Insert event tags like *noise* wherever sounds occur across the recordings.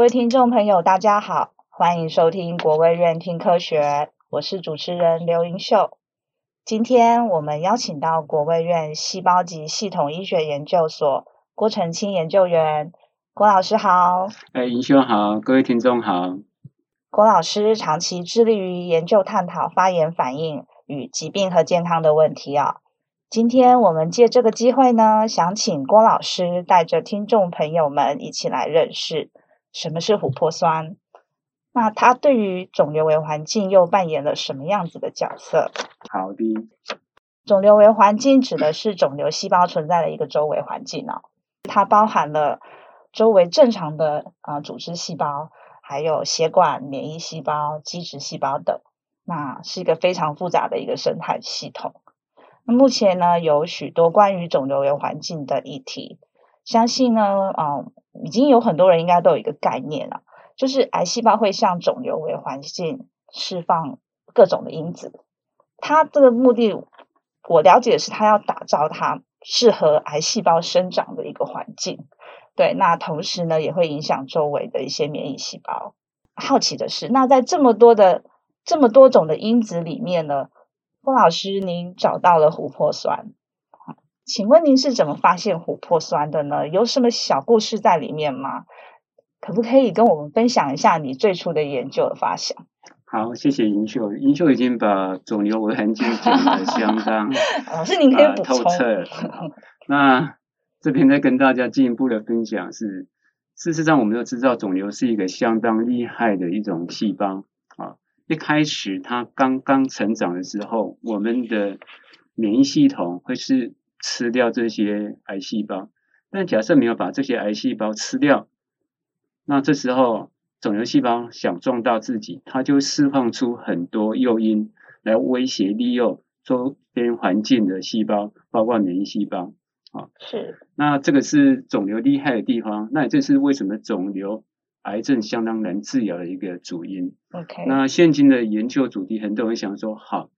位听众朋友，大家好，欢迎收听国卫院听科学，我是主持人刘云秀。今天我们邀请到国卫院细胞及系统医学研究所郭澄清研究员，郭老师好。哎，银兄好，各位听众好。郭老师长期致力于研究探讨发炎反应与疾病和健康的问题啊。今天我们借这个机会呢，想请郭老师带着听众朋友们一起来认识什么是琥珀酸，那它对于肿瘤为环境又扮演了什么样子的角色？好的，肿瘤为环境指的是肿瘤细胞存在的一个周围环境哦，它包含了周围正常的啊、呃组织细胞，还有血管、免疫细胞、基质细胞等，那是一个非常复杂的一个生态系统。那目前呢，有许多关于肿瘤为环境的议题，相信呢，啊、已经有很多人应该都有一个概念了，就是癌细胞会向肿瘤为环境释放各种的因子，它这个目的，我了解是它要打造它适合癌细胞生长的一个环境。对，那同时呢，也会影响周围的一些免疫细胞。好奇的是，那在这么多的这么多种的因子里面呢，郭老师您找到了琥珀酸，请问您是怎么发现琥珀酸的呢？有什么小故事在里面吗？可不可以跟我们分享一下你最初的研究的发想？好，谢谢银秀。银秀已经把肿瘤为痕迹讲得相当老师，您可以啊补透充。彻。好那这边再跟大家进一步的分享是，事实上我们都知道，肿瘤是一个相当厉害的一种细胞啊。一开始它刚刚成长的时候，我们的免疫系统会是吃掉这些癌细胞，但假设没有把这些癌细胞吃掉，那这时候肿瘤细胞想壮大自己，它就释放出很多诱因来威胁、利诱周边环境的细胞，包括免疫细胞。是那这个是肿瘤厉害的地方，那也这是为什么肿瘤癌症相当难治疗的一个主因。 OK，那现今的研究主题，很多人想说，好，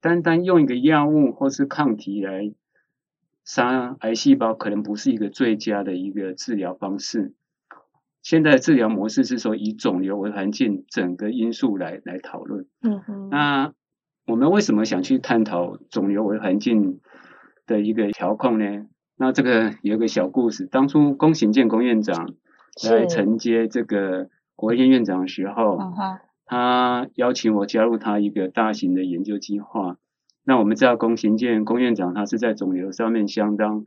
单单用一个药物或是抗体来杀癌细胞，可能不是一个最佳的一个治疗方式。现在的治疗模式是说，以肿瘤为环境，整个因素来来讨论。嗯哼，那我们为什么想去探讨肿瘤为环境的一个调控呢？那这个有一个小故事，当初龚行健龚院长来是承接这个国卫院院长的时候，嗯哼，他邀请我加入他一个大型的研究计划。那我们知道龚行健龚院长他是在肿瘤上面相当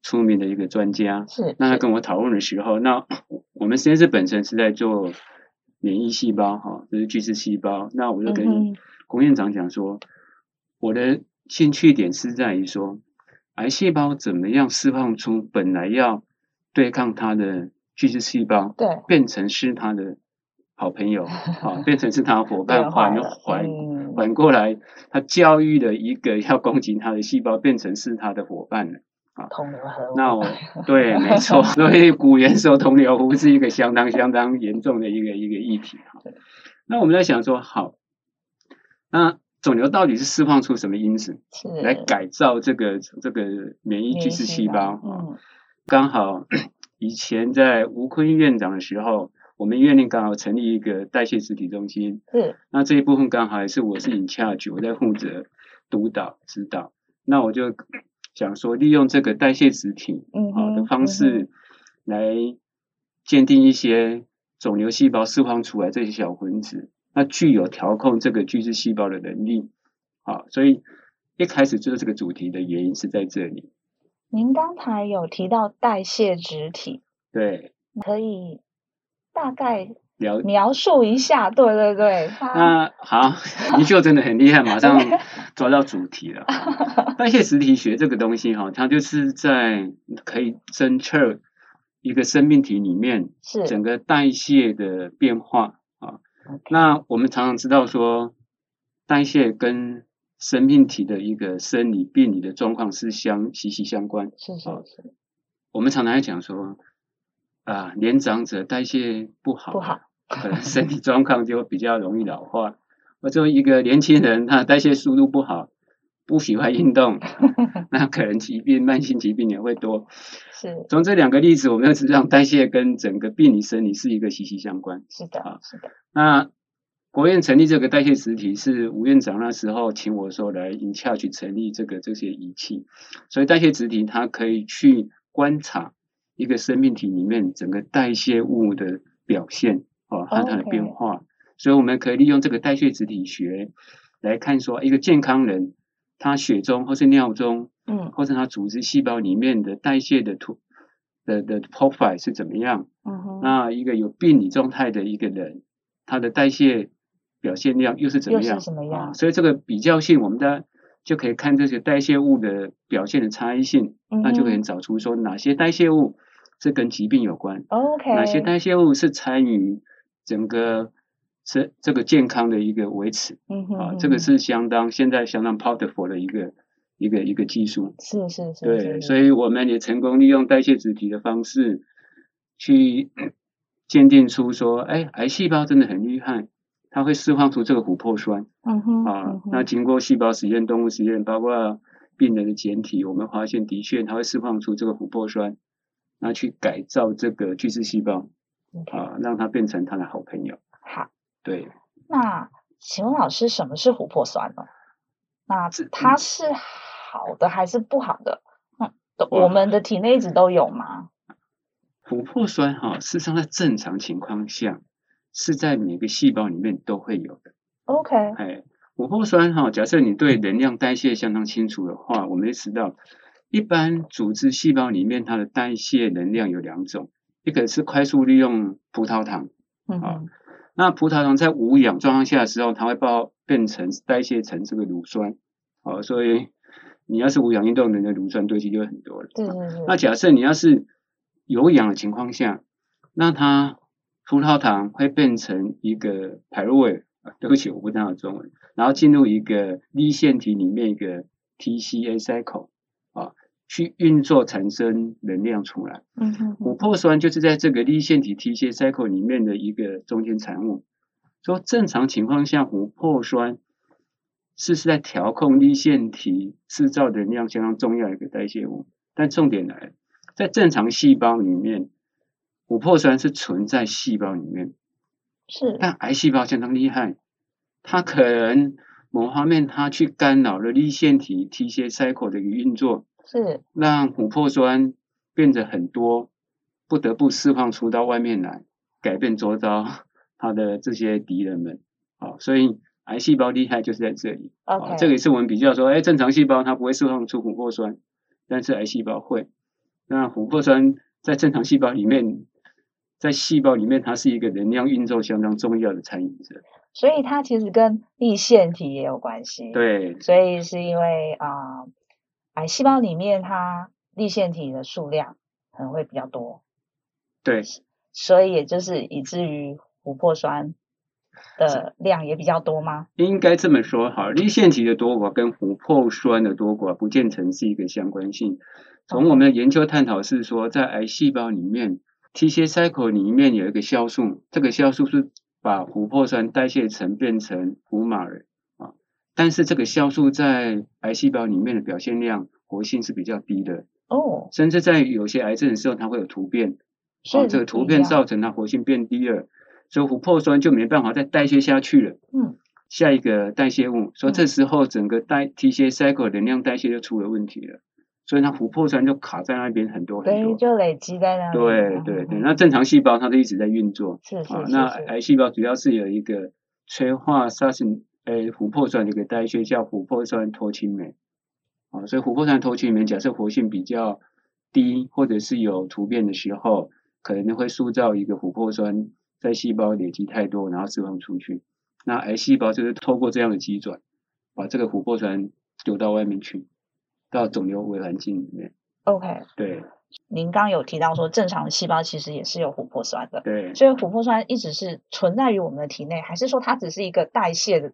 出名的一个专家，是那他是跟我讨论的时候，那我们实验室本身是在做免疫细胞哈，就是巨噬细胞。那我就嗯跟哼龚院长讲说，我的兴趣点是在于说，癌细胞怎么样释放出本来要对抗它的巨噬细胞，对变成是它的好朋 *laughs* 友啊，变成是它的伙变伴，坏反了，反嗯反过来，它教育了一个 *laughs* 要攻击它的细胞，变成是它的伙伴了。同流合污。那我对，没错， *laughs* 所以古人说同流合污是一个相当相当严重的一个一个议题哈。那我们在想说，好，那肿瘤到底是释放出什么因子是来改造这个这个免疫免巨疫噬细细胞？哈嗯，刚好以前在吴坤院长的时候，我们院里刚好成立一个代谢实体中心，是那这一部分刚好还是我是 in charge，我在负责督导指导。那我就想说，利用这个代谢实体嗯好的哼嗯方式来鉴定一些肿瘤细胞释放出来这些小分子，那具有调控这个巨噬细胞的能力。好，所以一开始做这个主题的原因是在这里。您刚才有提到代谢植体，对，可以大概了描述一下？对对对，它那好，你就真的很厉害，马上抓到主题了哈。代谢实体学这个东西哈，它就是在可以侦测一个生命体里面是整个代谢的变化啊。那我们常常知道说，代谢跟生命体的一个生理病理的状况是相息息相关。是是是，我们常常在讲说，啊、年长者代谢不好，啊不好，可能身体状况就比较容易老化。或者说一个年轻人，他代谢速度不好，不喜欢 *laughs* 运动，那可能疾病、慢性疾病也会多。是从这两个例子，我们就知道代谢跟整个病理生理是一个息息相关。是的啊，是的，那国院成立这个代谢实体，是吴院长那时候请我说来 in charge 成立这个这些仪器，所以代谢实体它可以去观察一个生命体里面整个代谢物的表现哦和它的 OK 变化所以我们可以利用这个代谢实体学来看说一个健康人他血中或是尿中嗯或是他组织细胞里面的代谢的图的的 profile 是怎么样。嗯哼，那一个有病理状态的一个人，他的代谢表现量又是怎么又样？是什么啊？样？所以这个比较性，我们大家就可以看这些代谢物的表现的差异性，那就可以嗯哼找出说哪些代谢物是跟疾病有关， OK，哪些代谢物是参与整个这这个健康的一个维持嗯哼啊嗯，这个哼是相当现在相当 powerful 的一个一个一个技术。是是是，对，所以以我们也成功利用代谢子体的方式去 *clears throat* 鉴定出说，哎，癌细胞真的很厉害，它会释放出这个琥珀酸嗯哼啊嗯。哼那经过细胞实验、动物实验，包括病人的检体，我们发现的确它会释放出这个琥珀酸，那去改造这个巨噬细胞 OK，啊，让它变成它的好朋友。好，对，那请问老师，什么是琥珀酸呢？那这嗯它是好的还是不好的？嗯，都哇我们的体内一直都有吗？琥珀酸哈、事实上在正常情况下是在每个细胞里面都会有的。 OK，哎，琥珀酸哈，假设你对能量代谢相当清楚的话，我们就知道，一般组织细胞里面它的代谢能量有两种，一个是快速利用葡萄糖，嗯啊哼，那葡萄糖在无氧状况下的时候，它会爆变成代谢成这个乳酸，哦，所以你要是无氧运动，你的乳酸堆积就会很多了。对对对，那假设你要是有氧的情况下，那它葡萄糖会变成一个 pyruvate，啊对不起，我不知道中文，然后进入一个立腺体里面一个 TCA cycle 啊，去运作产生能量出来。嗯哼琥哼，珀酸就是在这个立腺体 TCA cycle 里面的一个中间产物。说正常情况下，琥珀酸是是在调控立腺体制造能量相当重要的一个代谢物。但重点来了，在正常细胞里面，琥珀酸是存在细胞里面，是但癌细胞相当厉害，它可能某方面它去干扰了立腺体 TCA cycle 的一个运作，是，让琥珀酸变得很多，不得不释放出到外面来，改变周遭它的这些敌人们。好、所以癌细胞厉害就是在这里。啊 OK 这个也是我们比较说，哎，正常细胞它不会释放出琥珀酸，但是癌细胞会。那琥珀酸在正常细胞里面，在细胞里面它是一个能量运作相当重要的参与者。所以它其实跟立腺体也有关系。，对，所以是因为啊、呃癌细胞里面它立腺体的数量可能会比较多，对，所以也就是以至于琥珀酸的量也比较多吗？应该这么说好，立腺体的多寡跟琥珀酸的多寡不见成是一个相关性。从我们的研究探讨是说，在癌细胞里面，TCA cycle 里面有一个酵素，这个酵素是把琥珀酸代谢成变成胡马尔啊，但是这个酵素在癌细胞里面的表现量活性是比较低的，哦，甚至在有些癌症的时候它会有突变，所啊，以这个是不突一变样造成它活性变低了，所以琥珀酸就没办法再代谢下去了。嗯，下一个代谢物，说嗯这时候整个代 TCA cycle 能量代谢就出了问题了，所以它琥珀酸就卡在那边很多很对，多。就累积在那里。对嗯对嗯对，嗯那正常细胞它就一直在运作是是啊是。那是癌细胞主要是有一个催化杀菌呃琥珀酸的一个代谢，叫琥珀酸脱氢酶啊。所以琥珀酸脱氢酶假设活性比较低，或者是有突变的时候，可能会塑造一个琥珀酸在细胞累积太多，然后释放出去。那癌细胞就是透过这样的机转，把这个琥珀酸丢到外面去，到肿瘤微环境里面。 OK，对您刚有提到说正常的细胞其实也是有琥珀酸的，对。所以琥珀酸一直是存在于我们的体内，还是说它只是一个代谢的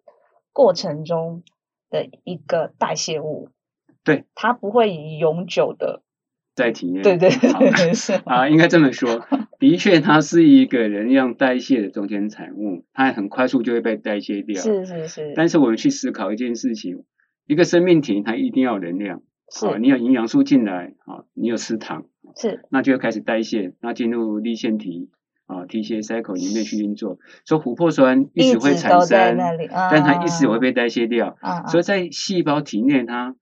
过程中的一个代谢物？对，它不会永久的。在体验。对 *laughs* 对好对，是吗啊，应该这么说，的确，它是一个能量代谢的中间产物，它很快速就会被代谢掉。是是是，但是我们去思考一件事情，一个生命体它一定要有能量，啊，是你有营养素进来，啊，你有吃糖，是那就会开始代谢，那进入立腺体啊、T 细胞 cycle 里面去运作，所以琥珀酸一直会直都产在生，那里，但它一直会啊被代谢掉，啊啊所以在细胞体内它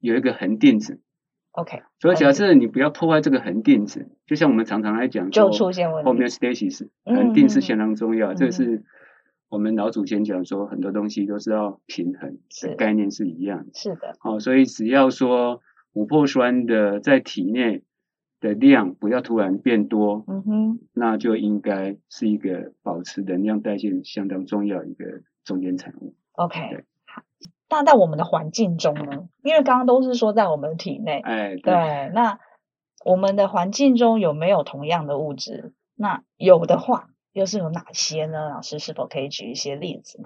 有一个恒定值。嗯 OK 所以假恒设你不要破坏这个恒定值，就像我们常常来讲就说出现问题， homeostasis，嗯恒定嗯是嗯相当重要，嗯这个是我们老祖先讲说很多东西都是要平衡是的概念是一样的。是的，哦，所以只要说琥珀酸的在体内的量不要突然变多，嗯哼，那就应该是一个保持能量代谢相当重要一个中间产物。 OK，对好那在我们的环境中呢？因为刚刚都是说在我们体内，哎，对，那我们的环境中有没有同样的物质？那有的话，又是有哪些呢？老师是否可以举一些例子？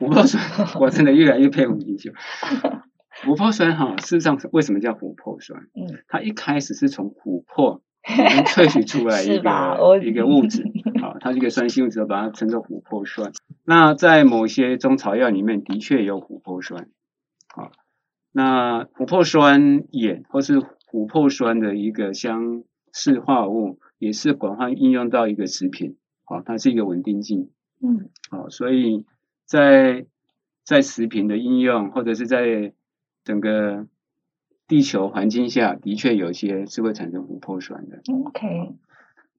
琥珀酸我真的越来越佩服你 *laughs* 了。琥珀酸哈，事实上为什么叫琥珀酸？嗯，它一开始是从琥珀 *laughs* 里面萃取出来一是吧我个一个物 *laughs* 质，好，它是一个酸性物质，我把它称作琥珀酸。那在某些中草药里面的确有琥珀酸，好，那琥珀酸盐或是琥珀酸的一个相似化合物，也是广泛应用到一个食品，好，它是一个稳定剂，嗯，好，哦所以在在食品的应用，或者是在整个地球环境下，的确有些是会产生琥珀酸的。嗯 OK，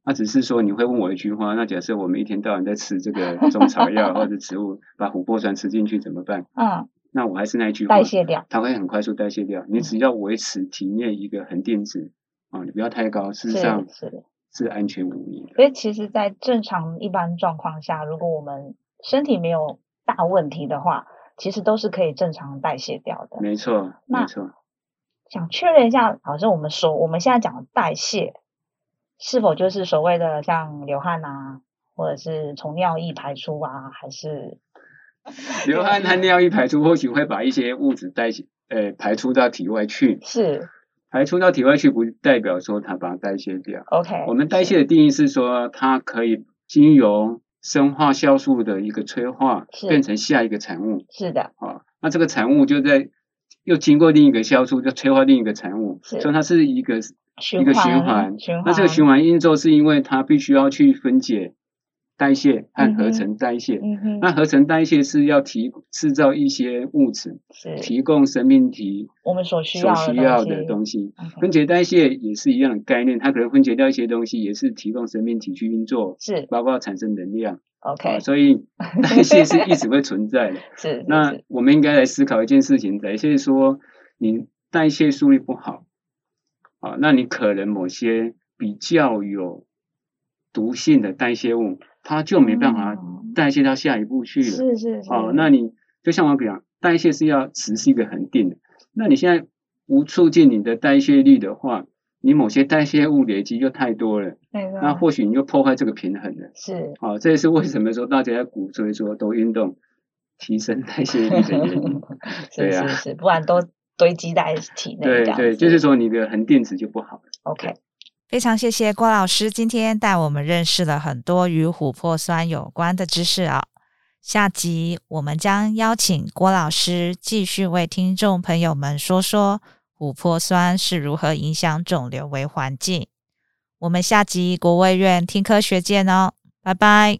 那只是说，你会问我一句话，那假设我们一天到晚在吃这个中草药或者植物，把琥珀酸吃进去怎么办？嗯，那我还是那一句话代，谢掉，它会很快速代谢掉。你只要维持体内一个恒定值啊、你不要太高，事是实上是。是安全无疑的。所以其实，在正常一般状况下，如果我们身体没有大问题的话，其实都是可以正常代谢掉的。没错，那没错。想确认一下，老师，我们说我们现在讲的代谢，是否就是所谓的像流汗啊，或者是从尿液排出啊，还是 *laughs* 流汗和尿液排出，或许会把一些物质代谢，呃，排出到体外去。是排出到体外去，不代表说它把它代谢掉。 OK？我们是代谢的定义是说，它可以经由生化酵素的一个催化，是变成下一个产物是的，啊。那这个产物就在又经过另一个酵素，就催化另一个产物，是所以它是一个循一个循环环循那这个循环运作是因为它必须要去分解、代谢和合嗯成代谢。嗯哼，那合成代谢是要提制造一些物质，是提供生命体我们所需所要需要的的东西。 OK，分解代谢也是一样的概念，它可能分解掉一些东西，也是提供生命体去运作，是包括产生能量。啊 OK，*laughs* 所以代谢是一直会存在的。是是那是我们应该来思考一件事情：代谢说你代谢速率不好，啊，那你可能某些比较有毒性的代谢物，它就没办法嗯代谢到下一步去了。是是是哦，那你就像我讲，代谢是要持是一个恒定的。那你现在不促进你的代谢率的话，你某些代谢物累积就太多了，那个那或许你就破坏这个平衡了。是哦，这也是为什么说大家要鼓吹说多运动，提升代谢率的原 *laughs* 因。是对是啊是，不然都堆积在体内对这样对，子就是说你的恒定值就不好。 OK。非常谢谢郭老师今天带我们认识了很多与琥珀酸有关的知识啊、下集我们将邀请郭老师继续为听众朋友们说说琥珀酸是如何影响肿瘤为环境。我们下集国卫院听科学见哦，拜拜。